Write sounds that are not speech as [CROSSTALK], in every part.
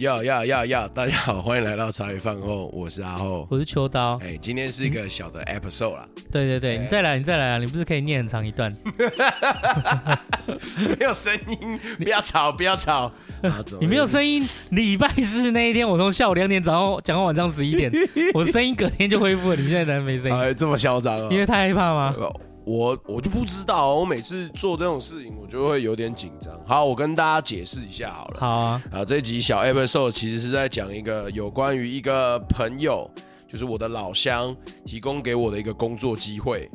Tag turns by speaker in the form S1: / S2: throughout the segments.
S1: 要呃要要要要！大家好，欢迎来到茶余饭后，我是阿后。
S2: 我是秋刀。
S1: 哎、今天是一个小的 episode 啦，
S2: 对对对，
S1: 哎哦
S2: 你再来，你再来啊！你不是可以念很长一段？
S1: 没有声音，不要吵，不要吵。啊怎么
S2: 你没有声音。礼拜四那一天，我从下午两点早上讲到晚上十一
S1: [LAUGHS]
S2: 点，我声音隔天就恢复了。你现在才没声音，
S1: 哎，这么嚣张啊
S2: 因？为太害怕吗？
S1: 呃我我就不知道，哦我每次做这种事情，我就会有点紧张。好，我跟大家解释一下好了。
S2: 好啊，
S1: 啊，这集小 episode 其实是在讲一个有关于一个朋友，就是我的老乡提供给我的一个工作机会。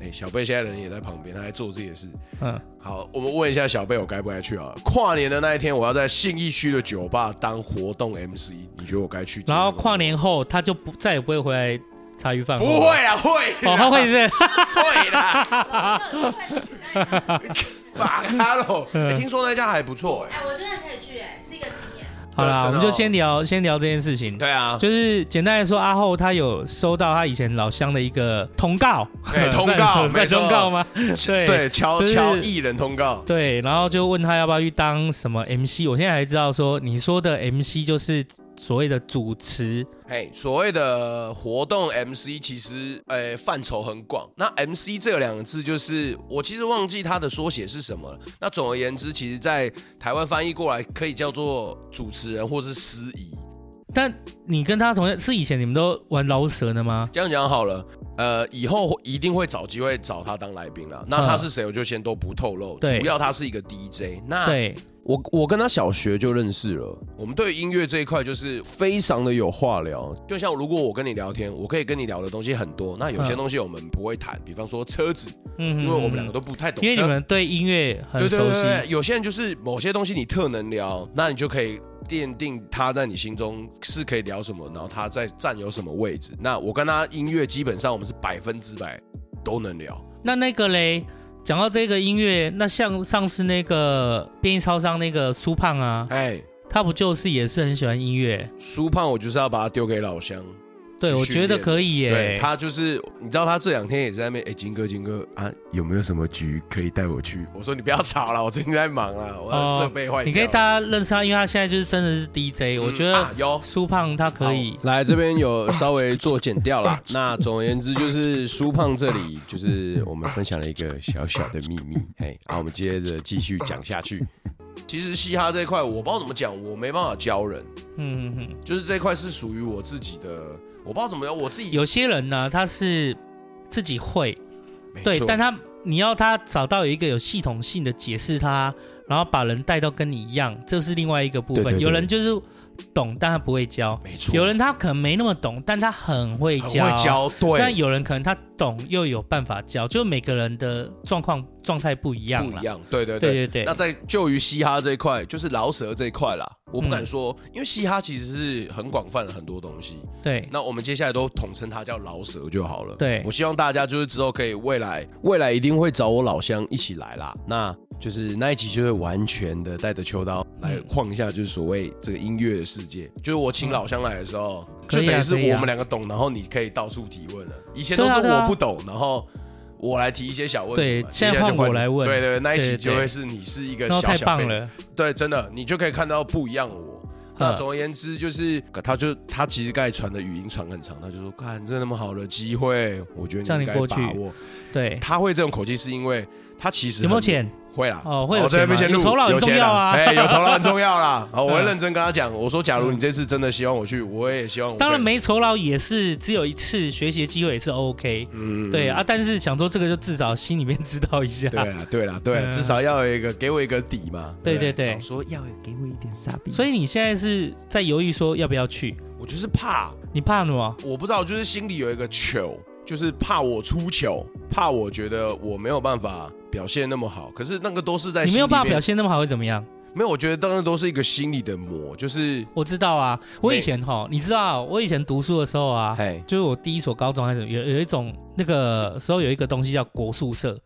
S1: 哎，小贝现在人也在旁边，他在做自己的事。
S2: 嗯，
S1: 好，我们问一下小贝，我该不该去啊？跨年的那一天，我要在信义区的酒吧当活动 MC，你觉得我该去？
S2: 然后跨年后他就不再也不会回来茶余饭
S1: 不
S2: 后。
S1: 会啊，会啦
S2: 哦，他会
S1: [LAUGHS]
S2: 是
S1: 会啦，
S3: [LAUGHS] 有机会取代
S1: [LAUGHS]
S3: 它
S1: 马卡
S2: [LAUGHS]
S1: 喽！
S2: 嗯
S1: 哎听说那家还不错哎。
S3: 哎，我觉得你可以去，哎，是一个经验。
S2: 好啦，
S1: 真的哦
S2: 我们就先聊先聊这件事情。
S1: 对啊，
S2: 就是简单来说，阿厚他有收到他以前老乡的一个通告，
S1: 对哎通告
S2: [LAUGHS] 算
S1: 没错
S2: 通告吗？对
S1: 对，乔
S2: 就是
S1: 乔艺人通告，
S2: 对，然后就问他要不要去当什么 MC。我现在才知道说，你说的 MC 就是所谓的主持，
S1: 哎，所谓的活动 MC 其实呃范畴很广。那 MC 这两个字就是我其实忘记它的缩写是什么了。那总而言之，其实在台湾翻译过来可以叫做主持人或是司仪。
S2: 但你跟他同样是以前你们都玩饶舌的吗？
S1: 这样讲好了，呃，以后一定会找机会找他当来宾啦。那他是谁，我就先都不透露。
S2: 嗯对
S1: 主要他是一个 DJ。那
S2: 对，
S1: 我我跟他小学就认识了，我们对音乐这一块就是非常的有话聊。就像如果我跟你聊天，我可以跟你聊的东西很多，那有些
S2: 嗯
S1: 东西我们不会谈，比方说车子，
S2: 嗯，
S1: 因为我们两个都不太懂车。
S2: 因为你们对音乐很
S1: 对对
S2: 熟
S1: 对
S2: 悉，
S1: 对，对有些人就是某些东西你特能聊，那你就可以奠定他在你心中是可以聊什么，然后他在占有什么位置。那我跟他音乐基本上我们是百分之百都能聊。
S2: 那那个嘞。讲到这个音乐，那像上次那个便利超商那个苏胖啊，
S1: 哎，
S2: 他不就是也是很喜欢音乐？
S1: 苏胖，我就是要把他丢给老乡。
S2: 对，
S1: 去
S2: 我觉
S1: 训
S2: 得
S1: 练
S2: 可以耶。
S1: 对他就是，你知道他这两天也是在那边，哎、金哥，金哥啊，有没有什么局可以带我去？我说你不要吵了，我最近在忙了，我的
S2: 哦
S1: 设备坏掉了、
S2: 你可以大家认识他，因为他现在就是真的是 DJ、
S1: 嗯
S2: 我觉得
S1: 啊有
S2: 苏胖他可以
S1: 好，来这边有稍微做剪掉
S2: [LAUGHS]
S1: 啦。那总而言之，就是苏胖这里就是我们分享了一个小小的秘
S2: [LAUGHS]
S1: 密，嘿，好，我们接着继续讲下去。其实嘻哈这一块，我不知道怎么讲，我没办法教人，
S2: 嗯嗯嗯。
S1: 就是这一块是属于我自己的，我不知道怎么样，我自己
S2: 有些人呢，他是自己会，
S1: 没
S2: 对，
S1: 错
S2: 但他你要他找到有一个有系统性的解释他，然后把人带到跟你一样，这是另外一个部分。
S1: 对对对
S2: 有人就是懂，但他不会教；
S1: 没错，
S2: 有人他可能没那么懂，但他很会
S1: 很
S2: 教。
S1: 会教，
S2: 但
S1: 对，
S2: 有人可能他懂又有办法教，就每个人的状况状态不一样
S1: 不
S2: 啦
S1: 一样，对对
S2: 对
S1: 对。
S2: 对对，
S1: 那在就于嘻哈这一块，就是饶舌这一块啦，我不敢
S2: 嗯
S1: 说，因为嘻哈其实是很广泛的很多东西，
S2: 对
S1: 那我们接下来都统称它叫老舍就好了。
S2: 对
S1: 我希望大家就是之后可以未来未来一定会找我老乡一起来啦。那就是那一集就会完全的带着秋刀来晃一下，就是所谓这个音乐的世界。就是我请老乡来的时候，就
S2: 可以啊
S1: 等于是
S2: 可以啊
S1: 我们两个懂，然后你可以到处提问了。以前都
S2: 对
S1: 是
S2: 啊对啊
S1: 我不懂，然后。我来提一些小问题嘛，
S2: 对现在
S1: 接下
S2: 换
S1: 来就换
S2: 我来
S1: 你
S2: 问
S1: 对对，对那一集
S2: 对对
S1: 就会是你是一个
S2: 然后
S1: 小
S2: 太
S1: 小
S2: 棒
S1: 贝
S2: 了，
S1: 对，真的，你就可以看到不一样的我。那
S2: 嗯
S1: 总而言之，就是他就他其实刚才传的语音传很长，他就说：“看，这那么好的机会，我觉得
S2: 叫
S1: 你
S2: 你
S1: 应该
S2: 过
S1: 把
S2: 去
S1: 握。”
S2: 对。
S1: 他会这种口气，是因为他其实
S2: 有没有
S1: 很
S2: 钱？
S1: 会啦，
S2: 哦会有
S1: 我这
S2: 钱
S1: 边
S2: 吗
S1: 先录
S2: 有酬劳很
S1: 有钱
S2: 重要啊
S1: 哎，有酬劳很重要啦。好，我会
S2: 嗯
S1: 认真跟他讲，我说：“假如你这次真的希望我去，我也希望我
S2: 当然
S1: 可以，
S2: 没酬劳也是只有一次学习的机会也是 OK，、
S1: 嗯
S2: 对啊，，但是想说这个就至少心里面知道一下，
S1: 对啦，对啦，对啦，
S2: 嗯
S1: 至少要有一个给我一个底嘛。
S2: 对
S1: 不
S2: 对对
S1: 少说要给我一点傻逼。
S2: [LAUGHS] 所以你现在是在犹豫说要不要去，
S1: 我就是怕，
S2: 你怕什么？
S1: 我不知道，就是心里有一个球，就是怕我出糗，怕我觉得我没有办法表现那么好。可是那个都是在
S2: 你没有办法表
S1: 现，
S2: 现那么好会怎么样？
S1: 没有，我觉得当然都是一个心理的魔，就是
S2: 我知道啊，我
S1: 没
S2: 以前哈，你知道我以前读书的时候啊，
S1: 哎，
S2: 就是我第一所高中还是有有一种那个时候有一个东西叫国术社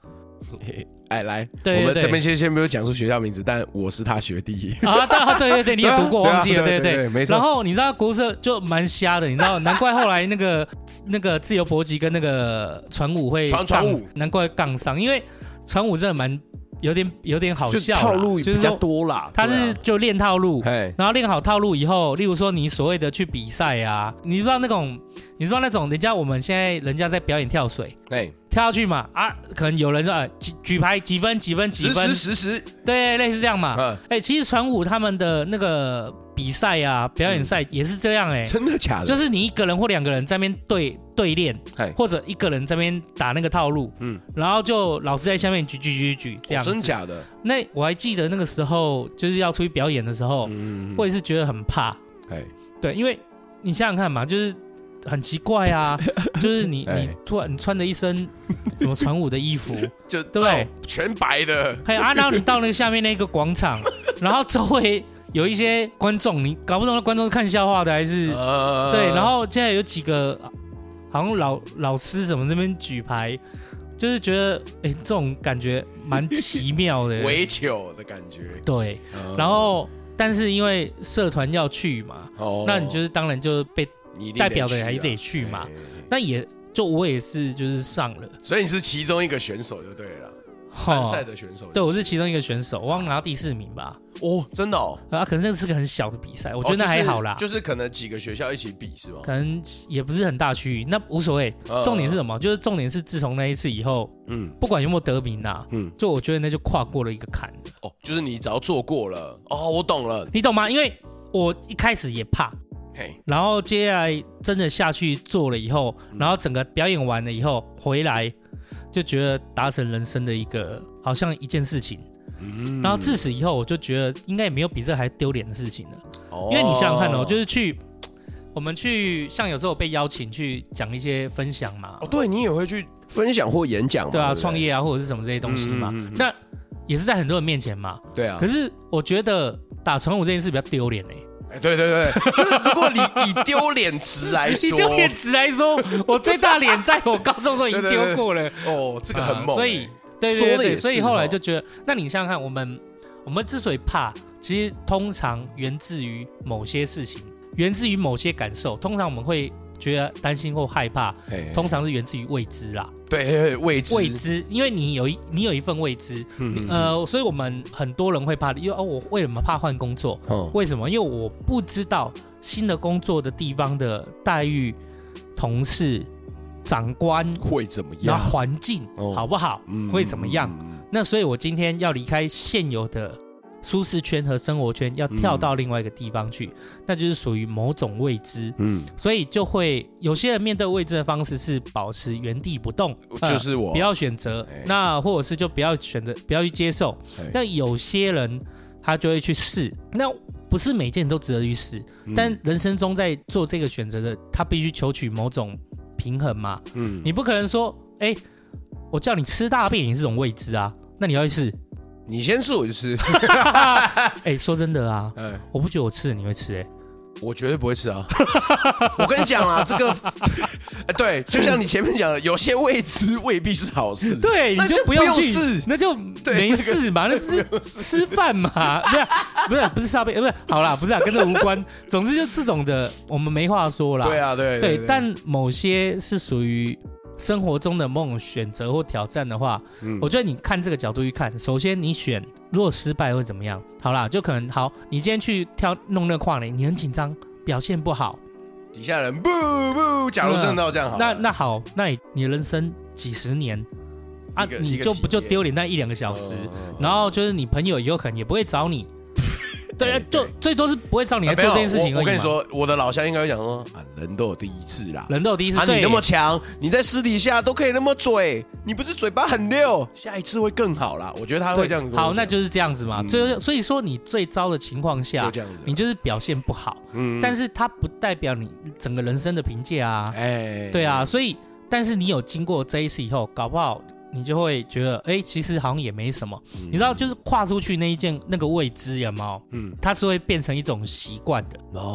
S1: 哎来，
S2: 对对
S1: 我们
S2: 对
S1: 这边先先没有讲出学校名字，但我是他学弟，
S2: 啊，对啊对对对，你也读过，
S1: 对啊
S2: 忘记了，
S1: 对
S2: 对
S1: 啊对啊对啊没错
S2: 然后你知道国术社就蛮瞎的，你知道，难怪后来那个 [LAUGHS] 那个自由搏击跟那个传武会
S1: 传传
S2: 杠
S1: 武
S2: 难怪杠上，因为传武真的蛮有点有点好
S1: 就
S2: 笑啦，
S1: 套路
S2: 就
S1: 比
S2: 是
S1: 较
S2: 说
S1: 多啦。
S2: 他
S1: 对
S2: 是
S1: 啊
S2: 就练套路，
S1: 嘿
S2: 然后练好套路以后，例如说你所谓的去比赛啊，你知道那种，你知道那种人家我们现在人家在表演跳水，
S1: 哎，
S2: 跳下去嘛啊，可能有人说、呃举举牌几分几分几
S1: 实
S2: 分
S1: 时，实时，
S2: 对，类似这样嘛。哎、
S1: 嗯，
S2: 其实传武他们的那个比赛啊，表演赛也是这样
S1: 嗯
S2: 哎、
S1: 真的假的？
S2: 就是你一个人或两个人在那边对对练
S1: 嘿，
S2: 或者一个人在那边打那个套路，
S1: 嗯
S2: 嗯，然后就老师在下面举举举举
S1: 哦
S2: 这样子。
S1: 真假的？
S2: 那我还记得那个时候，就是要出去表演的时候，
S1: 嗯，
S2: 我也是觉得很怕，
S1: 哎，
S2: 对，因为你想想看嘛，就是很奇怪
S1: [LAUGHS]
S2: 啊，就是你
S1: 哎
S2: 你突然你穿着一身什么传武的衣服，
S1: 就
S2: 对不对
S1: 哦全白的，
S2: 还有啊，然后你到那个下面那个广场，然后周围有一些观众，你搞不懂那观众是看笑话的还是、
S1: 呃
S2: 对，然后现在有几个好像老老师什么那边举牌，就是觉得哎、这种感觉蛮奇
S1: [LAUGHS]
S2: 妙的，
S1: 围球的感觉，
S2: 对。
S1: 嗯
S2: 然后，但是因为社团要去嘛，
S1: 哦
S2: 那你就是当然就是被，
S1: 你一定
S2: 代
S1: 得
S2: 表的
S1: 去
S2: 还
S1: 啊
S2: 得去嘛，
S1: 哎哎哎
S2: 那也就我也是就是上了，
S1: 所以你是其中一个选手就对了啦，参赛的选手。
S2: 对我是其中一个选手，我好像拿到第四名吧，
S1: 哦，真的哦，
S2: 啊，可能那是个很小的比赛，我
S1: 我
S2: 觉得那还好啦，
S1: 哦就是可能几个学校一起比是吗？
S2: 可能也不是很大区域，那无所谓。
S1: 呃
S2: 重点是什么？就是重点是自从那一次以后，
S1: 嗯
S2: 不管有没有得名啊，
S1: 嗯
S2: 就我觉得那就跨过了一个坎，
S1: 哦，就是你只要做过了哦，我懂了，
S2: 你懂吗？因为我一开始也怕，
S1: 嘿，
S2: 然后接下来真的下去做了以后，
S1: 嗯
S2: 然后整个表演完了以后回来，就觉得达成人生的一个好像一件事情。
S1: 嗯
S2: 然后自此以后，我就觉得应该也没有比这还丢脸的事情了。
S1: 哦
S2: 因为你想想看哦，就是去我们去，像有时候被邀请去讲一些分享嘛，
S1: 哦，对你也会去分享或演讲嘛，
S2: 对啊，
S1: 不
S2: 创业啊或者是什么这些东西嘛，
S1: 嗯嗯嗯嗯
S2: 那也是在很多人面前嘛。
S1: 对啊
S2: 可，是我觉得打传武这件事比较丢脸哎。
S1: 哎，对对对，就是如果你以丢脸值来
S2: 以 [LAUGHS]
S1: 说，
S2: 丢脸值来
S1: [LAUGHS]
S2: 说，我最大脸在我高中的时候已经
S1: 对对对
S2: 丢过了，啊
S1: 哦，这个很猛，
S2: 所以
S1: 哎
S2: 对
S1: 说
S2: 对
S1: 的也
S2: 对，
S1: 是
S2: 所以后来就觉得，那你想想看，我们我们之所以怕，其实通常源自于某些事情，源自于某些感受，通常我们会觉得担心或害怕，
S1: 嘿
S2: 通常是源自于未知啦，
S1: 对嘿嘿未知
S2: 未知，因为你有一你有一份未知，
S1: 嗯嗯
S2: 呃，所以我们很多人会怕，因为哦，我为什么怕换工作？
S1: 哦
S2: 为什么？因为我不知道新的工作的地方的待遇、同事、长官，
S1: 会怎么
S2: 然
S1: 样
S2: 后？环境
S1: 哦
S2: 好不好，
S1: 嗯
S2: 会怎么样？？
S1: 嗯嗯
S2: 那所以我今天要离开现有的舒适圈和生活圈，要跳到另外一个地方去，那就是属于某种未知。
S1: 嗯，
S2: 所以就会有些人面对未知的方式是保持原地不动，
S1: 嗯就是我
S2: 不要选择
S1: 哎，
S2: 那或者是就不要选择，不要去接受。
S1: 哎
S2: 那有些人他就会去试，那不是每件都值得去试，
S1: 嗯
S2: 但人生中在做这个选择的，他必须求取某种平衡嘛。
S1: 嗯
S2: 你不可能说，哎、我叫你吃大便也是种未知啊，那你要去试。
S1: 你先吃我就
S2: [LAUGHS]
S1: 吃，
S2: 哎、说真的啊，
S1: 哎，
S2: 我不觉得我吃了你会吃、哎，
S1: 我绝对不会吃啊！我跟你讲啊，这个 [LAUGHS] 哎对，就像你前面讲的，有些未知未必是好事。
S2: 对，
S1: 那
S2: 你就
S1: 就
S2: 不
S1: 不
S2: 用
S1: 用
S2: 去
S1: 试，
S2: 那就
S1: 对那
S2: 没
S1: 个
S2: 事嘛，那不是 [LAUGHS] 吃
S1: [LAUGHS]
S2: 饭嘛，不是不是不是大便，呃不是好啦，不是啊，跟这无关。总之就这种的，我们没话说啦。
S1: 对啊，对
S2: 对但某些是属于生活中的某种选择或挑战的话，
S1: 嗯
S2: 我觉得你看这个角度去看，首先你选如果失败会怎么样？好啦，就可能好，你今天去挑弄那个跨年，你很紧张，表现不好，
S1: 底下人不不，假如真的要这样好嗯了，
S2: 那那好，那你你人生几十年啊
S1: 一个，一
S2: 你
S1: 个
S2: 就
S1: 体
S2: 不就
S1: 验哦
S2: 丢脸那一两个小时？
S1: 嗯
S2: 然后就是你朋友以后可能也不会
S1: [LAUGHS]
S2: 找你，对啊
S1: 对，啊
S2: 就最多是不会找你来做
S1: 没有
S2: 这件事情
S1: 我
S2: 而已嘛
S1: 我跟你，说，我的老乡应该会讲说啊，人都有第一次啦。
S2: 人都有第一次，
S1: 啊，
S2: 对
S1: 你那么强，你在私底下都可以那么嘴，你不是嘴巴很溜，下一次会更好啦。我觉得他会
S2: 对
S1: 这样跟我讲
S2: 好，那就是这样子嘛。
S1: 嗯
S2: 最所以说你最糟的情况
S1: 就
S2: 下，
S1: 这样子。
S2: 你就是表现不好，
S1: 嗯
S2: 但
S1: 是
S2: 是它不代表你整个人生的评价啊，
S1: 哎，
S2: 对啊，，所以但是你有经过这一次以后，搞不好。你就会觉得，哎、其实好像也没什么。你知道，就是跨出去那一件那个未知，有没有？
S1: 嗯
S2: 它是会变成一种习惯的。
S1: 哦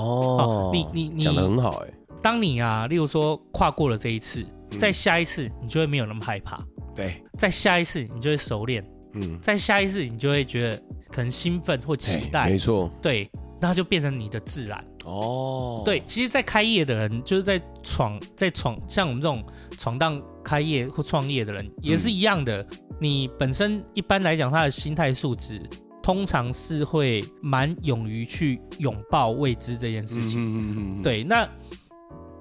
S2: 哦，你你你
S1: 讲的很好哎，
S2: 当你啊，例如说跨过了这一次，
S1: 嗯
S2: 在下一次你就会没有那么害怕，
S1: 对，
S2: 在下一次你就会熟练，
S1: 嗯，
S2: 在下一次你就会觉得可能兴奋或期
S1: 哎
S2: 待
S1: 没，错，
S2: 对，那就变成你的自然。
S1: 哦，
S2: 对，其实，在开业的人，就是在闯在闯，像我们这种闯荡开业或创业的人，也是一样的。你本身一般来讲，他的心态素质通常是会蛮勇于去拥抱未知这件事
S1: 嗯
S2: 情。
S1: 嗯嗯嗯，
S2: 对，那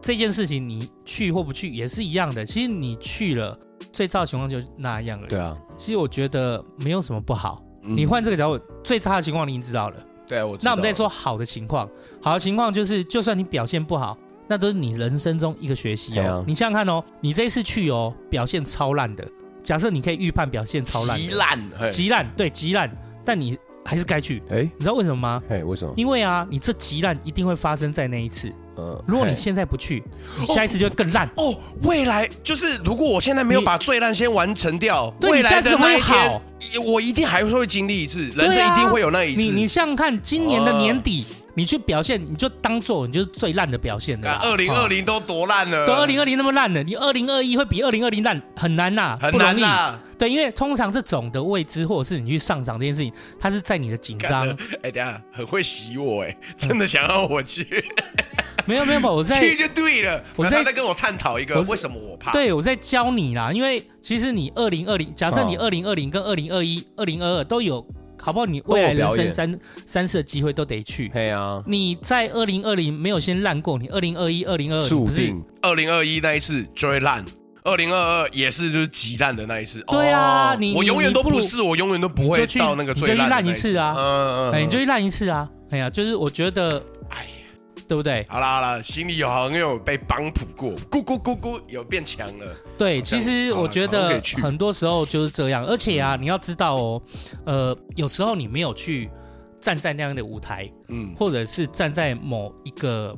S2: 这件事情你去或不去也是一样的。其实你去了，最差的情况就是那样而已。
S1: 对啊，
S2: 其实我觉得没有什么不好。
S1: 嗯
S2: 你换这个角度，最差的情况你已经知道了。
S1: 对啊，我知
S2: 那我们
S1: 道
S2: 再说好的情况，好的情况就是，就算你表现不好，那都是你人生中一个学习
S1: 对
S2: 哦。
S1: 啊
S2: 你想想看哦，你这一次去哦，表现超烂的，假设你可以预判表现超烂的，
S1: 极烂，嘿
S2: 极烂，对，极烂，但你还是该去，
S1: 哎
S2: 你知道为什么吗？
S1: 哎，为什么？
S2: 因为啊，你这极烂一定会发生在那一次。
S1: 呃
S2: 如果你
S1: 嘿
S2: 现在不去，你下一次就更烂。
S1: 哦，未来就是如果我现在没有
S2: 你
S1: 把最烂先完成掉，
S2: 对
S1: 未来
S2: 你下次
S1: 的那一
S2: 会好
S1: 天，一我一定还是会经历一次，人生
S2: 对啊
S1: 一定会有那一次。
S2: 你你想想看，今年的
S1: 哦
S2: 年底，你去表现，你就当做你就是最烂的表现了啦。
S1: 啊二零
S2: 哦
S1: 二零呃都多烂了，
S2: 都二零二零那么烂了，你二零二一会比二零二零烂很难呐、
S1: 很
S2: 不
S1: 难
S2: 容易。
S1: 啦。
S2: 对，因为通常这种的未知或者是你去上场这件事情，它是在你的紧张，
S1: 哎，等一下很会洗我，哎，真的想让我去，
S2: 没有没有，嗯没有我在
S1: [LAUGHS] 去就对了。
S2: 我
S1: 然
S2: 在
S1: 后他在跟我探讨一个
S2: 我是
S1: 为什么我怕，
S2: 对我在教你啦，因为其实你二零二零，假设你
S1: 哦
S2: 二零二零跟二零二一、二零二二都有，好不好？你未来
S1: 都有
S2: 人
S1: 表
S2: 生
S1: 演
S2: 三三次的机会都得去。
S1: 嘿啊，
S2: 你在二零二零没有先烂过，你二零二一、二零二二
S1: 注
S2: 不是
S1: 定二零二一那一次就会烂。二零二二也是就是极烂的那一次，
S2: 对啊
S1: 哦
S2: 你
S1: 我
S2: 你
S1: 永远
S2: 你
S1: 都
S2: 不如
S1: 不是，我永远都不
S2: 你
S1: 会
S2: 就去
S1: 到那个
S2: 你
S1: 最
S2: 就去
S1: 烂的
S2: 烂一
S1: 那
S2: 次啊
S1: 嗯嗯
S2: 哎，
S1: 嗯
S2: 你就去烂一次啊！哎呀，就是我觉得，
S1: 哎呀
S2: 对不对？
S1: 好啦好啦，心里有好像有被帮补过，咕咕咕咕，有变强了。
S2: 对，
S1: 这
S2: 其
S1: 样
S2: 实
S1: 好
S2: 我
S1: 啦
S2: 觉
S1: 好像可
S2: 得
S1: 以去
S2: 很多时候就是这样，而且啊，你要知道哦，呃，有时候你没有去站在那样的舞台，
S1: 嗯，
S2: 或者是站在某一个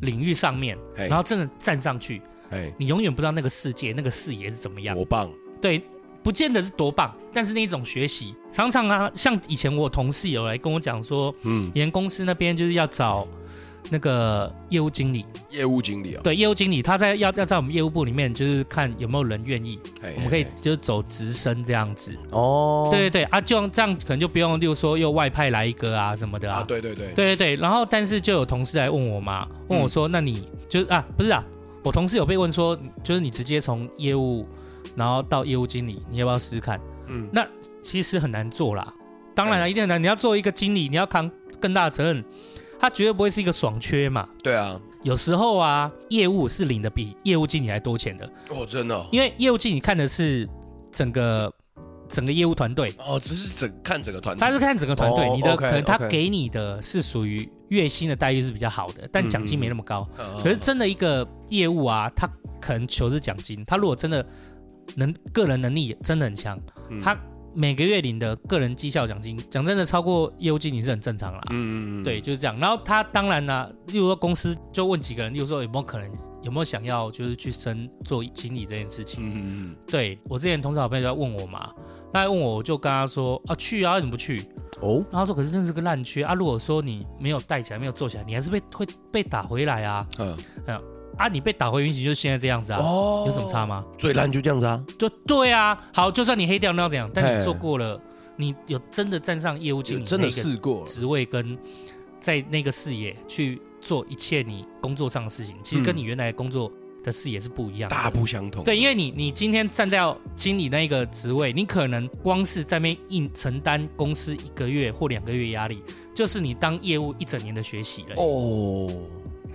S2: 领域上面，
S1: 嘿
S2: 然后真的站上去，
S1: 哎，
S2: 你永远不知道那个世界、那个视野是怎么样。
S1: 我棒，
S2: 对，不见得是多棒，但是那一种学习，常常啊，像以前我同事有来跟我讲说，
S1: 嗯，
S2: 以前公司那边就是要找那个业务经理，
S1: 业务经理哦，
S2: 对，业务经理他在要要在我们业务部里面，就是看有没有人愿意，
S1: 对
S2: 我们可以就是走直升这样子。
S1: 哦
S2: 对对对啊，就这样可能就不用，就是说又外派来一个啊什么的
S1: 啊，
S2: 啊。
S1: 对对对，
S2: 对对对，然后但是就有同事来问我嘛，问我说：“那你就是啊，不是啊，我同事有被问说，就是你直接从业务，然后到业务经理，你要不要试试看？
S1: 嗯，
S2: 其实很难做啦，当然了，一定很难。你要做一个经理，你要扛更大的责任，他绝对不会是一个爽缺嘛。
S1: 对啊，
S2: 有时候啊，业务是领的比业务经理还多钱的，
S1: 哦，真的哦，
S2: 因为业务经理看的是整个整个业务团队，
S1: 哦，只是整看整个团
S2: 他
S1: 队，
S2: 是看整个团队，
S1: 哦
S2: 你的
S1: OK，
S2: 可能他
S1: OK
S2: 给你的是属于月薪的待遇是比较好的，但奖金没那么高。
S1: 嗯
S2: 可是真的一个业务啊，他可能求是奖金，他如果真的能个人能力真的很强，
S1: 嗯
S2: 他每个月领的个人绩效奖金，讲真的超过业务经理是很正常啦。
S1: 嗯嗯嗯
S2: 对，，就是这样。然后他当然呢、例如说公司就问几个人，例如说有没有可能有没有想要就是去升做经理这件事情。
S1: 嗯嗯
S2: 对我之前同事好朋友就在问我嘛，那问我我就跟他说啊去啊，为什么不去？
S1: 嗯，哦，
S2: 然后他说可是真是个烂缺啊，如果说你没有带起来，没有做起来，你还是被会被打回来啊
S1: 嗯，
S2: 啊，你被打回原形就是现在这样子啊，
S1: 哦
S2: 有什么差？吗？
S1: 最烂就这样子啊，
S2: 就对啊，好，就算你黑掉那要怎样，但
S1: 嘿
S2: 你做过了，你有真的站上业务经理
S1: 真的
S2: 那个
S1: 试过了，
S2: 职位跟在那个视野去做一切你工作上的事情，其实跟
S1: 嗯
S2: 你原来工作的视野是不一样的。
S1: 大不相同。
S2: 对，因为你你今天站在经理那个职位，你可能光是在那边硬承担公司一个月或两个月压力，就是你当业务一整年的学习了。哦，
S1: 哦，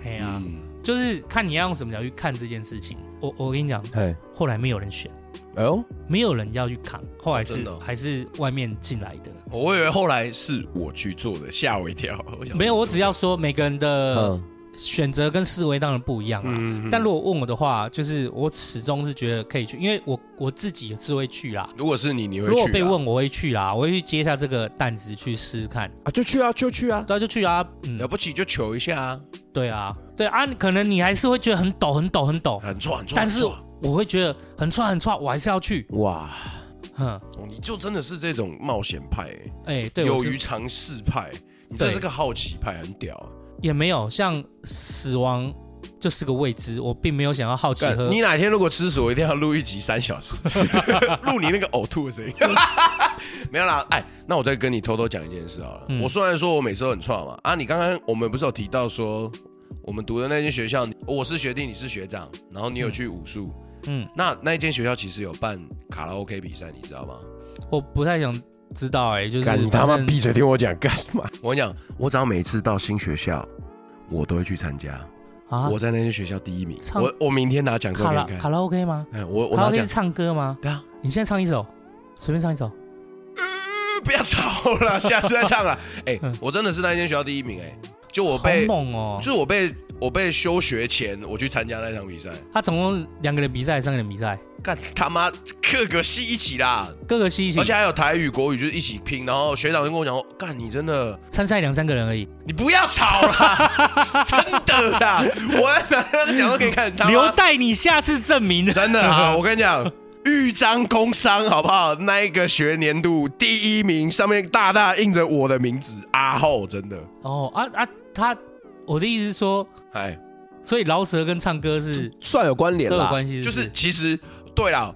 S2: 哎呀、
S1: 嗯，
S2: 就是看你要用什么角度去看这件事情。我我跟你讲，
S1: 嘿，
S2: 后来没有人选，
S1: 哎呦，
S2: 没有人要去扛，后来是、
S1: 真的哦
S2: 还是外面进来的。
S1: 我以为后来是我去做的，吓我一跳。想
S2: 没有，我只要说每个人的
S1: 嗯，
S2: 选择跟思维当然不一样啦。啊
S1: 嗯
S2: 但如果问我的话，就是我始终是觉得可以去，因为我我自己是会去啦。
S1: 如果是你，你会
S2: 如果
S1: 去
S2: 被
S1: 啊
S2: 问，我会去啦，我会去接下这个担子去试试看。
S1: 啊，就去啊，就去啊，
S2: 对啊，就去啊，
S1: 了
S2: 嗯，
S1: 不起就求一下啊，
S2: 对啊，对啊，可能你还是会觉得很抖，很抖，很抖，
S1: 很壮很壮。
S2: 哦但是
S1: 很壮
S2: 我会觉得很串很串，我还是要去。
S1: 哇，
S2: 哼，
S1: 哦你就真的是这种冒险派、欸，
S2: 哎，对，我
S1: 勇于
S2: 是
S1: 尝试派，你这
S2: 对
S1: 是个好奇派，很屌啊、
S2: 也没有像死亡就是个未知，我并没有想要好奇
S1: 干
S2: 和
S1: 你哪天如果吃屎，我一定要录一集三小
S2: [LAUGHS]
S1: 时，录你那个呕吐的声音。没有啦，哎，那我再跟你偷偷讲一件事好了。
S2: 嗯
S1: 我虽然说我每次都很创嘛，啊，你刚刚我们不是有提到说，我们读的那间学校，我是学弟，你是学长，然后你有去武术，
S2: 嗯，
S1: 那那一间学校其实有办卡拉 OK 比赛，你知道吗？
S2: 我不太想知道哎、就是
S1: 干你他妈
S2: 反正
S1: 闭嘴听我讲干嘛？ [LAUGHS] 我跟你讲，我只要每次到新学校，我都会去参加。
S2: 啊！
S1: 我在那间学校第一名，
S2: 唱
S1: 我我明天拿奖状
S2: 卡
S1: 给
S2: 拉
S1: 你看。
S2: 卡拉 OK 吗？
S1: 哎，我我
S2: 卡拉
S1: 拿
S2: OK
S1: 奖
S2: 是。唱歌吗？
S1: 对啊，
S2: 你现在唱一首，随便唱一首。
S1: 嗯不要吵了，下次再唱了。哎
S2: 嗯，
S1: 我真的是那间学校第一名，哎，就我
S2: 好
S1: 被，
S2: 猛哦
S1: 就！是我被我被休学前，我去参加那场比赛，
S2: 他总共两个人比赛，三个人比赛，
S1: 干他妈各个系一起啦，
S2: 各个系一起
S1: 而且还有台语、国语，就是一起拼。然后学长就跟我讲说，干你真的。
S2: 参赛两三个人而已。
S1: 你不要吵啦，真的啦！我要拿那个奖状给你看，他妈
S2: 留待你下次证明。
S1: 真的啊！我跟你讲，豫章工商好不好？那一个学年度第一名，上面大大印着我的名字，阿浩，真的，
S2: [LAUGHS] 哦啊啊，他我的意思是说，
S1: 哎，
S2: 所以饶舌跟唱歌是
S1: 算有关联
S2: 都有
S1: 啦，
S2: 关系，
S1: 就
S2: 不
S1: 是其实对啦。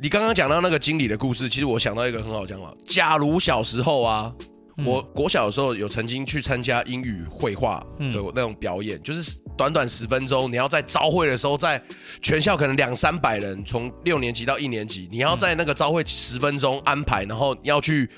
S1: 你刚刚讲到那个经理的故事，其实我想到一个很好讲法。假如小时候啊，
S2: 嗯
S1: 我国小的时候有曾经去参加英语绘画的
S2: 嗯
S1: 那种表演，就是短短十分钟，你要在招会的时候，在全校可能两三百人，从六年级到一年级，你要在那个招会十分钟安排，然后你要去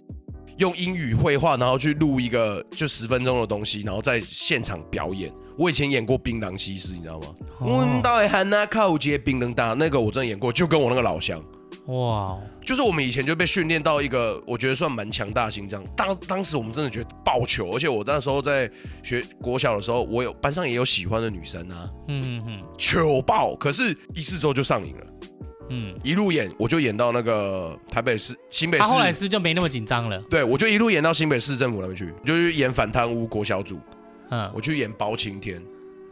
S1: 用英语绘画，然后去录一个就十分钟的东西，然后在现场表演。我以前演过《槟榔西施》，你知道吗？我
S2: 哦
S1: 到底喊那靠街槟榔大那个我真的演过，就跟我那个老乡。
S2: 哇，
S1: 就是我们以前就被训练到一个，我觉得算蛮强大的心脏。当当时我们真的觉得爆球，而且我那时候在学国小的时候，我有班上也有喜欢的女生啊，
S2: 嗯嗯
S1: 球爆。可是，一次之后就上瘾了，
S2: 嗯
S1: 一路演我就演到那个台北市、新北
S2: 嗯，
S1: 市，
S2: 他后来是不是就没那么紧张了，
S1: 对我就一路演到新北市政府那边去，我就去演反贪污国小组，
S2: 嗯
S1: 我去演包青天。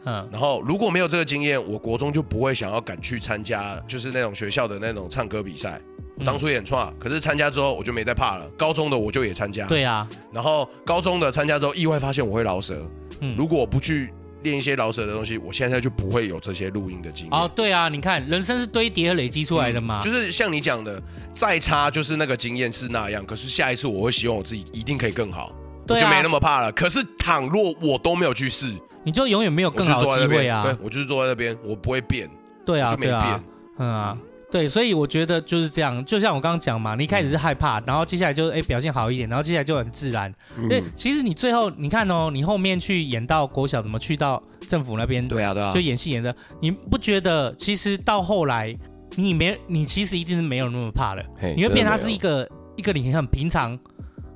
S2: 嗯
S1: 然后如果没有这个经验，我国中就不会想要敢去参加，就是那种学校的那种唱歌比赛。我
S2: 嗯
S1: 当初也很差，可是参加之后我就没再怕了。高中的我就也参加，
S2: 对啊，
S1: 然后高中的参加之后，意外发现我会饶舌。
S2: 嗯
S1: 如果我不去练一些饶舌的东西，我现在就不会有这些录音的经验。
S2: 哦对啊，你看人生是堆叠累积出来的嘛，
S1: 嗯就是像你讲的，再差就是那个经验是那样，可是下一次我会希望我自己一定可以更好，
S2: 对
S1: 我就没
S2: 啊
S1: 那，么怕了。可是倘若我都没有去试，
S2: 你就永远没有
S1: 我就
S2: 更
S1: 是
S2: 好
S1: 坐在
S2: 的
S1: 那
S2: 机会
S1: 边，对
S2: 啊，
S1: 我就是坐在那边，我不会变，
S2: 对
S1: 我
S2: 啊
S1: 就没
S2: 对
S1: 变。
S2: 啊，嗯啊。对，所以我觉得就是这样，就像我刚刚讲嘛，你一开始是害怕，然后接下来就哎表现好一点，然后接下来就很自然，因为
S1: 嗯
S2: 其实你最后你看哦，你后面去演到国小，怎么去到政府那边，
S1: 对啊，对啊
S2: 就，演戏演的，你不觉得其实到后来你没你其实一定是没有那么怕了，
S1: 嘿
S2: 你会变它是一，
S1: 哎真的
S2: 个一个你很平常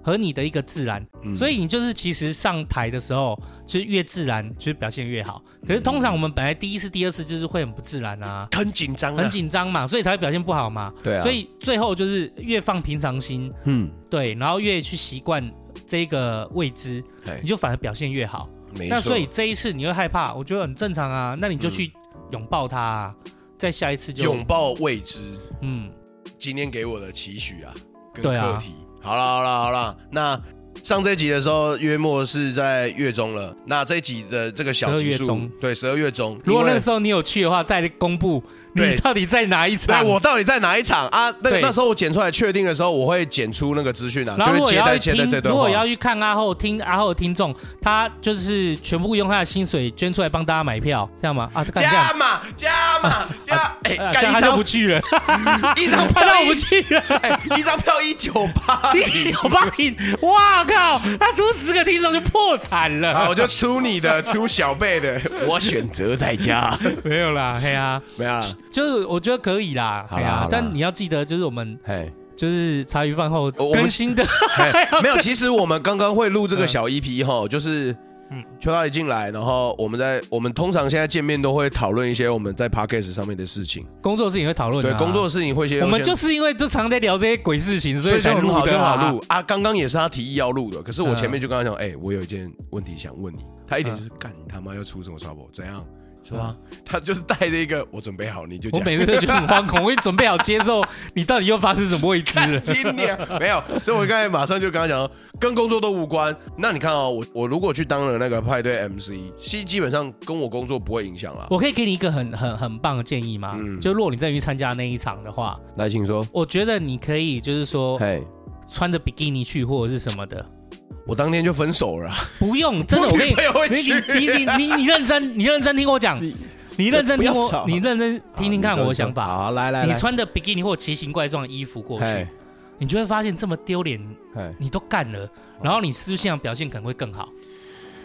S2: 和你的一个自然，
S1: 没有嗯
S2: 所以你就是其实上台的时候就是越自然，就是表现越好。可是通常我们本来第一次、第二次就是会很不自然啊，
S1: 很紧张啊，
S2: 很紧张嘛，所以才会表现不好嘛。
S1: 对啊，
S2: 所以最后就是越放平常心，
S1: 嗯，
S2: 对，然后越去习惯这个未知，
S1: 嘿
S2: 你就反而表现越好。
S1: 没
S2: 那
S1: 错嗯
S2: 所以。这一次你会害怕，我觉得很正常啊。那你就去拥抱它、啊，再下一次就
S1: 拥抱未知，
S2: 嗯，
S1: 今天给我的期许啊，跟
S2: 对啊
S1: 课题。好啦好啦好啦，那上这集的时候，约莫是在月中了。那这一集的这个小
S2: 12
S1: 集
S2: 月
S1: 数
S2: 中，
S1: 对，十二月中。
S2: 如果那个时
S1: 候，
S2: 候你有去的话，再公布
S1: 对
S2: 你到底在哪一场。
S1: 对我到底在哪一场啊？那个
S2: 对
S1: 那时候我剪出来确定的时候，我会剪出那个资讯啊，
S2: 然
S1: 就会
S2: 后如果
S1: 接
S2: 要
S1: 在
S2: 去
S1: 接在这
S2: 听，
S1: 段
S2: 如果
S1: 话。
S2: 要去看阿后听阿后的听众，他就是全部用他的薪水捐出来帮大家买票，这样吗？啊，干这
S1: 加
S2: 样，
S1: 码加码加！哎，
S2: 啊这
S1: 干
S2: 样他
S1: 一
S2: 就
S1: 张
S2: 不去了，
S1: [LAUGHS] 一张
S2: 他
S1: 票
S2: 让我不
S1: 一
S2: 去了。
S1: 哎一张票一九
S2: [LAUGHS]
S1: 八
S2: 一九八零，哇靠！他出十个听众就破产
S1: 好，
S2: 了。
S1: 我就出你的，出小贝的，我选择在
S2: [LAUGHS]
S1: 家，
S2: [LAUGHS] 没有啦，嘿啊，
S1: 没有啦，
S2: 就是我觉得可以啦，
S1: 好啦
S2: 嘿
S1: 好
S2: 啊
S1: 啦，
S2: 但你要记得，就是我们
S1: 嘿。
S2: 就是茶余饭后
S1: 我我们
S2: 更新的， [LAUGHS]
S1: 哎嘿没有，其实我们刚刚会录这个小 EP 哈，就是。
S2: 嗯
S1: 邱大一进来，然后我们在我们通常现在见面都会讨论一些我们在 podcast 上面的事情，
S2: 工作事情会讨论啊。
S1: 对工作的事情会先
S2: 我们
S1: 先
S2: 就是因为就常在聊这些鬼事情，
S1: 所
S2: 以
S1: 以就
S2: 才
S1: 很
S2: 录
S1: 好就
S2: 的啊
S1: 好录。啊。刚刚也是他提议要录的，可是我
S2: 嗯
S1: 前面就跟他讲，哎，我有一件问题想问你，他一点就是干你他妈要出什么 trouble 怎样？是吧？他就是带着一个我准备好你就
S2: 我
S1: 讲。
S2: 每次都觉得很惶恐，我已经准备好接受你到底又发生什么
S1: [LAUGHS]
S2: 未知了。
S1: 听你啊没有，所以我刚才马上就跟他讲，跟工作都无关。那你看哦，我我如果去当了那个派对 MC，其实基本上跟我工作不会影响啦。啊
S2: 我可以给你一个很很很棒的建议吗？
S1: 嗯
S2: 就如果你真的去参加那一场的话，
S1: 来，请说。
S2: 我觉得你可以就是说
S1: 嘿，
S2: 穿着比基尼去或者是什么的，
S1: 我当天就分手了啊。
S2: 不用真的，我
S1: [LAUGHS]
S2: 跟你
S1: 女朋友会去
S2: 你你你你你认真，你认真听我讲
S4: 你，
S2: 你认真听
S4: 不要吵
S2: 我，你认真听听看我的想法。
S4: 好，来来
S2: 你
S4: 来，
S2: 穿的比基尼或奇形怪状的衣服过去
S1: 嘿，，
S2: 你就会发现这么丢脸，
S1: 嘿，
S2: 你都干
S1: 哦
S2: 了，然后你是不是现场表现可能会更好？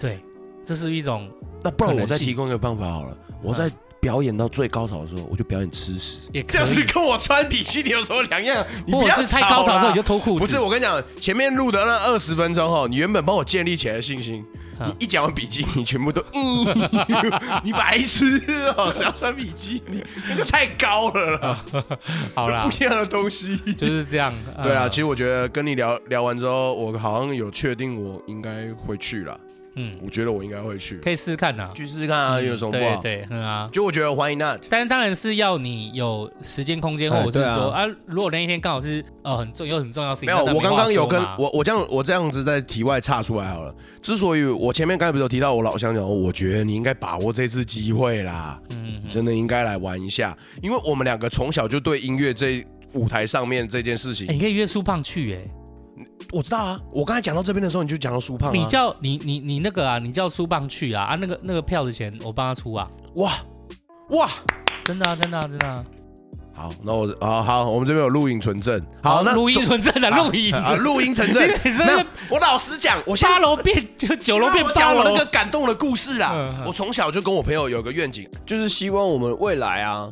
S2: 对，这是一种
S1: 那不然我
S2: 可能
S1: 再
S2: 性
S1: 提供一个办法好了，我在表演到最高潮的时候，我就表演吃屎。
S2: 也
S1: 这
S2: 可
S1: 样子
S2: 以，
S1: 跟我穿比基尼有什么两样？你
S2: 或
S1: 不
S2: 者
S1: 要
S2: 是太
S1: 吵
S2: 高潮的时候
S1: 啦
S2: 你就脱裤子。
S1: 不是，我跟你讲，前面录的那二十分钟哈，你原本帮我建立起来的信心，
S2: 啊
S1: 你一讲完比基尼，全部都， [LAUGHS] 嗯，你白痴哦、谁要穿比基尼？那个太高了啦，
S2: 啊好啦
S1: 不，一样的东西。
S2: [LAUGHS] 就是这样。
S1: 对啊，
S2: 呃
S1: 其实我觉得跟你聊聊完之后，我好像有确定我应该会去了，
S2: 嗯，
S1: 我觉得我应该会去，
S2: 可以试试看呐。
S1: 去试试看啊，有什么不好？
S2: 对对，嗯啊。
S1: 就我觉得欢迎那
S2: 但是当然是要你有时间空间，
S4: 哎
S2: 或者
S4: 对
S2: 是
S4: 啊
S2: 说啊，如果那一天刚好是呃很重有很重要的事情，
S1: 没有，
S2: 那当然
S1: 我刚
S2: 话
S1: 刚有
S2: 说
S1: 跟
S2: 嘛
S1: 我我这样我这样子在题外岔出来好了。之所以我前面刚才不是有提到我老乡讲，我觉得你应该把握这次机会啦，
S2: 嗯
S1: 你真的应该来玩一下，因为我们两个从小就对音乐这舞台上面这件事情，
S2: 哎你可以约苏胖去哎，
S1: 我知道啊。我刚才讲到这边的时候，你就讲到苏胖、啊，
S2: 你叫你你你那个啊，你叫苏胖去啊啊那个那个票的钱我帮他出啊，
S1: 哇哇，
S2: 真的啊真的啊真的啊，
S1: 好，那我好好，我们这边有录影存证，好，那
S2: 哦录音纯正的录
S1: [LAUGHS]
S2: 音，
S1: 啊，录音存证
S2: [LAUGHS] 你，每次
S1: 没有
S2: 是
S1: 我老实讲，我现在
S2: 八楼变就九楼变
S1: 我
S2: 八
S1: 讲我那
S2: 楼
S1: 个，感动的故事啦
S2: 嗯。嗯
S1: 我从小就跟我朋友有个愿景，就是希望我们未来啊，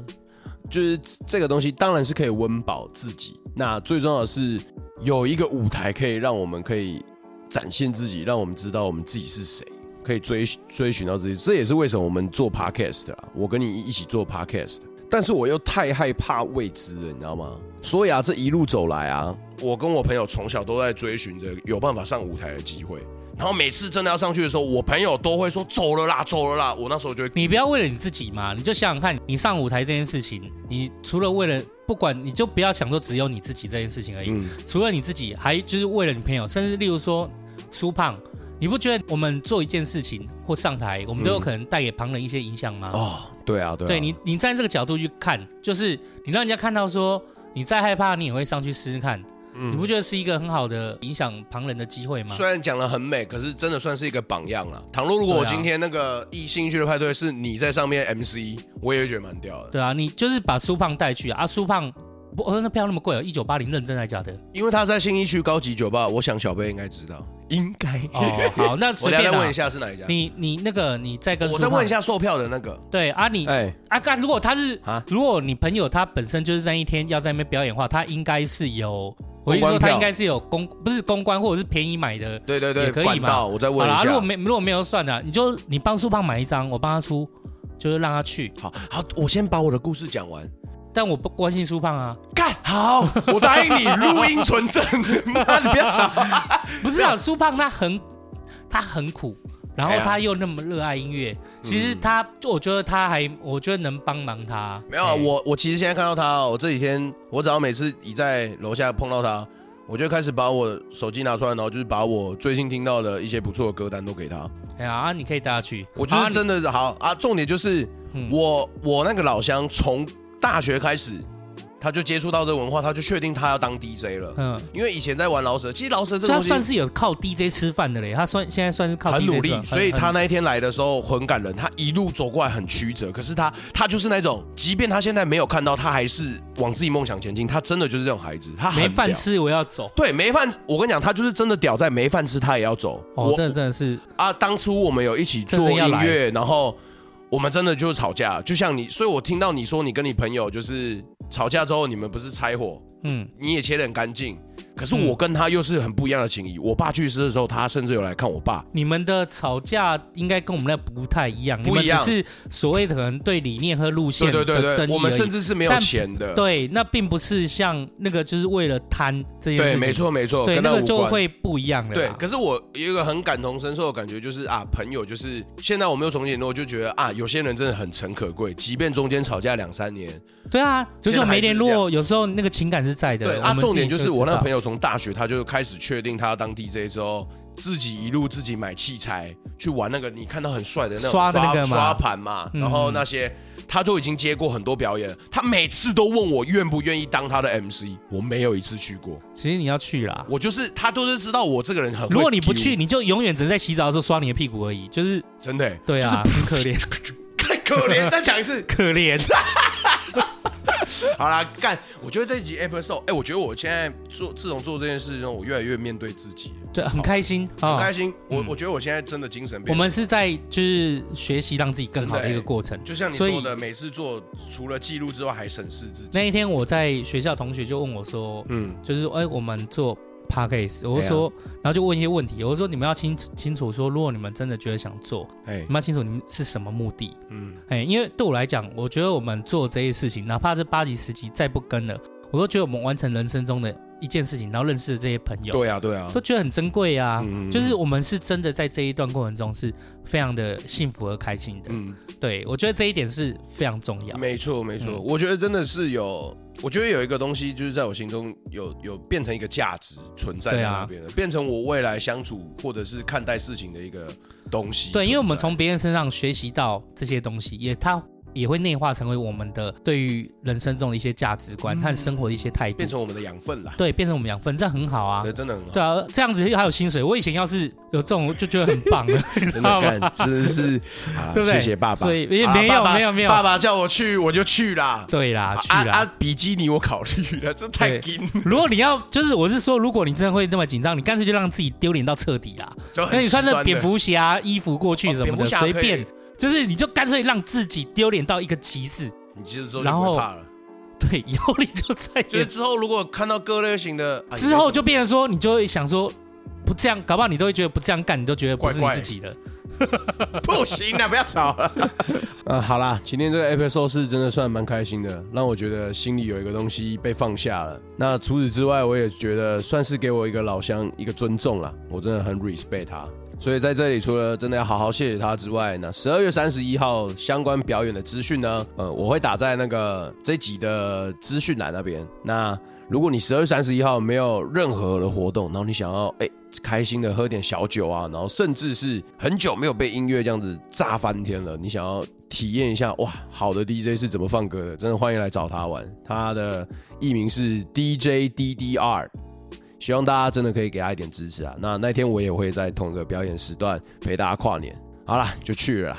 S1: 就是这个东西当然是可以温饱自己，那最重要的是有一个舞台可以让我们可以展现自己，让我们知道我们自己是谁。可以追追寻到自己，这也是为什么我们做 podcast 啦。我跟你一起做 podcast，但是我又太害怕未知了，你知道吗？所以啊，这一路走来啊，我跟我朋友从小都在追寻着有办法上舞台的机会。然后每次真的要上去的时候，我朋友都会说走了啦，走了啦。我那时候就会
S2: 你不要为了你自己嘛，你就想想看，你上舞台这件事情，你除了为了不管你就不要想说只有你自己这件事情而已，
S1: 嗯，
S2: 除了你自己，还就是为了你朋友，甚至例如说苏胖，你不觉得我们做一件事情或上台，我们都有
S1: 嗯
S2: 可能带给旁人一些影响吗？
S1: 哦，对啊，对啊，
S2: 对你，你站这个角度去看，就是你让人家看到说，你再害怕，你也会上去试试看，你不觉得是一个很好的影响旁人的机会吗
S1: 嗯虽？然讲的很美，可是真的算是一个榜样了。倘若如果我
S2: 对啊
S1: 今天那个异兴趣的派对是你在上面 MC，我也会觉得蛮屌的，
S2: 对啊，你就是把苏胖带去啊，啊苏胖不，哦、那票那么贵哦，一九八零认真还假的？
S1: 因为他在新一区高级酒吧，我想小贝应该知道，应该。
S2: 哦， [LAUGHS] 好，
S1: [LAUGHS]
S2: 那
S1: 我
S2: 随
S1: 等一下
S2: 便
S1: 再
S2: 啦
S1: 问一。下是哪一家。
S2: 你你那个你再跟
S1: 我
S2: 苏
S1: 再
S2: 胖
S1: 问一，下售票的那个。
S2: 对啊你，
S1: 哎，
S2: 啊，干！如果他是
S1: 啊
S2: 如果你朋友他本身就是那一天要在那边表演的话，他应该是有，我意
S1: 公
S2: 思
S1: 关
S2: 说
S1: 票
S2: 他应该是有公不是公关或者是便宜买的。
S1: 对对对，
S2: 也可以
S1: 管
S2: 嘛
S1: 道我再
S2: 好
S1: 问一
S2: 啦，啊
S1: 下。
S2: 如果没如果没有算的，你就你帮苏胖买一张，我帮他出，就是让他去。
S1: 好好，我先把我的故事讲完。
S2: 但我不关心苏胖啊，
S1: 干好， [LAUGHS] 我答应你录音存证，妈你不要吵。
S2: 不是啊，苏胖他很他很苦，然后
S1: 哎呀嗯
S2: 他又那么热爱音乐，其实他就我觉得他还我觉得能帮忙他。
S1: 没有啊，
S2: 哎
S1: 我我其实现在看到他哦，我这几天我只要每次一在楼下碰到他，我就开始把我手机拿出来，然后就是把我最近听到的一些不错的歌单都给他。
S2: 哎呀，啊你可以带他去，
S1: 我就
S2: 好啊
S1: 是真的好啊，重点就是
S2: 嗯
S1: 我我那个老乡从大学开始，他就接触到这文化，他就确定他要当 DJ 了
S2: 你。嗯。
S1: 因为以前在玩老舍，其实老舍这个
S2: 所以他
S1: 东
S2: 算
S1: 西
S2: 是有靠 DJ 吃饭的嘞，他算现在算是靠 DJ
S1: 很努
S2: 吃
S1: 力，
S2: 饭
S1: 所以
S2: 很
S1: 他那一天来的时候很感人，他一路走过来很曲折，可是他他就是那种，即便他现在没有看到，他还是往自己梦想前进，他真的就是这种孩子，他很
S2: 没饭
S1: 屌。
S2: 吃我要走。
S1: 对，没饭，我跟你讲，他就是真的屌，在没饭吃他也要走。
S2: 哦，
S1: 我
S2: 这真的是
S1: 啊，当初我们有一起
S2: 真
S1: 做
S2: 的要
S1: 音
S2: 来
S1: 乐，然后我们真的就吵架，就像你，所以我听到你说你跟你朋友就是吵架之后，你们不是拆伙，
S2: 嗯，
S1: 你也切得很干净，可是我跟他又是很不一样的情谊。我爸去世的时候，他甚至有来看我爸。
S2: 你们的吵架应该跟我们那不太一样，
S1: 不一样
S2: 你们只是所谓的可能对理念和路
S1: 对
S2: 线
S1: 对
S2: 的
S1: 对对，
S2: 争议
S1: 我们
S2: 而已
S1: 甚至是没有
S2: 但
S1: 钱的。
S2: 对，那并不是像那个就是为了贪这件事
S1: 对，
S2: 情，
S1: 没，错没错，哦
S2: 对，
S1: 跟
S2: 那
S1: 他
S2: 个
S1: 无
S2: 就
S1: 关。
S2: 会不一样了
S1: 对
S2: 啦。，
S1: 可是我有一个很感同身受的感觉，就是啊，朋友就是现在我没有重新联络，我就觉得啊，有些人真的很诚可贵，即便中间吵架两三年，
S2: 对啊，久久没联
S1: 现在还是这
S2: 络，
S1: 样
S2: 有时候那个情感是在的。
S1: 对
S2: 我
S1: 啊，
S2: 们自己
S1: 重点就是我那
S2: 知道
S1: 朋友从大学他就开始确定他要当 DJ 之后，自己一路自己买器材去玩那个你看到很帅的那种
S2: 刷的那个嘛
S1: 刷盘嘛，
S2: 嗯
S1: 然后那些他就已经接过很多表演，他每次都问我愿不愿意当他的 MC，我没有一次去过，
S2: 其实你要去啦。
S1: 我就是他都是知道我这个人很会
S2: 如果你不
S1: Q
S2: 去，，你就永远只能在洗澡的时候刷你的屁股而已，就是
S1: 真的欸
S2: 对啊，很可怜，。
S1: [LAUGHS] 太可怜，再讲一次 [LAUGHS]
S2: 可怜。
S1: 好啦，干，我觉得这一集 episode，哎、我觉得我现在做自从做这件事之后，我越来越面对自己，
S2: 对，很开
S1: [LAUGHS]
S2: 心
S1: 很
S2: 啊。
S1: 开心。我
S2: 嗯
S1: 我觉得我现在真的精神
S2: 我
S1: 变好。
S2: 们是在就是学习让自己更好的
S1: 真
S2: 一
S1: 的
S2: 个
S1: 欸
S2: 过程。
S1: 就像你
S2: 所以
S1: 说的，每次做除了记录之外，还审视自己。
S2: 那一天我在学校，同学就问我说，
S1: 嗯，
S2: 就是哎、我们做 podcast，我就
S1: 啊
S2: 说，然后就问一些问题，我就说你们要清清楚说，如果你们真的觉得想做，
S1: 哎、
S2: 你们要清楚你们是什么目的。
S1: 嗯，
S2: 哎、因为对我来讲，我觉得我们做这些事情，哪怕是八级、十级再不跟了，我都觉得我们完成人生中的一件事情，然后认识的这些朋友，
S1: 对啊，对啊
S2: 都，觉得很珍贵啊。
S1: 嗯
S2: 就是我们是真的在这一段过程中是非常的幸福和开心的。
S1: 嗯，
S2: 对我觉得这一点是非常重要。
S1: 没错，没错。
S2: 嗯
S1: 我觉得真的是有，我觉得有一个东西，就是在我心中有有变成一个价值存在在
S2: 对啊
S1: 那边的，变成我未来相处或者是看待事情的一个东西存在。
S2: 对，因为我们从别人身上学习到这些东西，也它也会内化成为我们的对于人生中的一些价值观和生活的一些态度
S1: 嗯变，成我们的养分啦。
S2: 对，变成我们养分，这样很好啊
S1: 这。真的很好。
S2: 对啊，这样子还有薪水。我以前要是有这种，就觉得很
S1: [LAUGHS]
S2: 棒了，你知
S1: 真
S2: 道
S1: 的
S2: 吗？
S1: 干，真的
S2: [LAUGHS]
S1: 是，好啦
S2: 对不对
S1: 谢谢爸爸。
S2: 所以也
S1: 啊
S2: 没有
S1: 爸爸
S2: 没有没有
S1: 爸爸叫我去我就去啦。
S2: 对啦，去
S1: 啊
S2: 啦。
S1: 啊，比基尼我考虑了，这太
S2: 对
S1: 紧，
S2: 如果你要，就是我是说，如果你真的会那么紧张，你干脆就让自己丢脸到彻底啦。
S1: 就很
S2: 那你穿
S1: 极
S2: 着
S1: 端的
S2: 蝙蝠侠衣服过去什
S1: 哎哦
S2: 么
S1: 蝙蝠
S2: 的，
S1: 侠
S2: 随
S1: 可以
S2: 便，就是你就干脆让自己丢脸到一个极致。
S1: 你其实之后就
S2: 然
S1: 不
S2: 后
S1: 会怕了，
S2: 对，以后你就再也
S1: 就是之后如果看到各类型的，啊
S2: 之后就变成说，你就会想说，不这样，搞不好你都会觉得不这样干，你都觉得不是你
S1: 怪怪
S2: 自己的。
S1: 也是 [LAUGHS] 不行了，不要 [LAUGHS] 吵了。啊，好啦，今天这个 episode 是真的算蛮开心的，让我觉得心里有一个东西被放下了。那除此之外，我也觉得算是给我一个老乡一个尊重啦，我真的很 respect 他。所以在这里，除了真的要好好谢谢他之外，那十二月三十一号相关表演的资讯呢，呃，我会打在那个这集的资讯栏那边。那如果你十二月三十一号没有任何的活动，然后你想要哎、开心的喝点小酒啊，然后甚至是很久没有被音乐这样子炸翻天了，你想要体验一下哇，好的 DJ 是怎么放歌的，真的欢迎来找他玩。他的艺名是 DJ DDR。希望大家真的可以给他一点支持啊！那那天我也会在同一个表演时段陪大家跨年。好啦，就去了啦。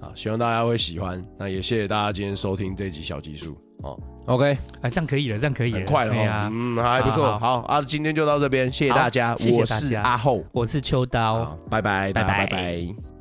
S1: 好，希望大家会喜欢。那也谢谢大家今天收听这集小集数哦。OK，
S2: 啊，这样可以了，这样可以了，
S1: 很快了
S2: 对
S1: 哦，
S2: 啊。
S1: 嗯，还不错。
S2: 好
S1: 好啊，今天就到这边，谢谢大家，
S2: 好谢谢
S1: 我
S2: 大
S1: 是
S2: 家
S1: 阿厚，
S2: 我是秋刀。
S1: 好，拜拜，大家
S2: 拜拜
S1: 拜拜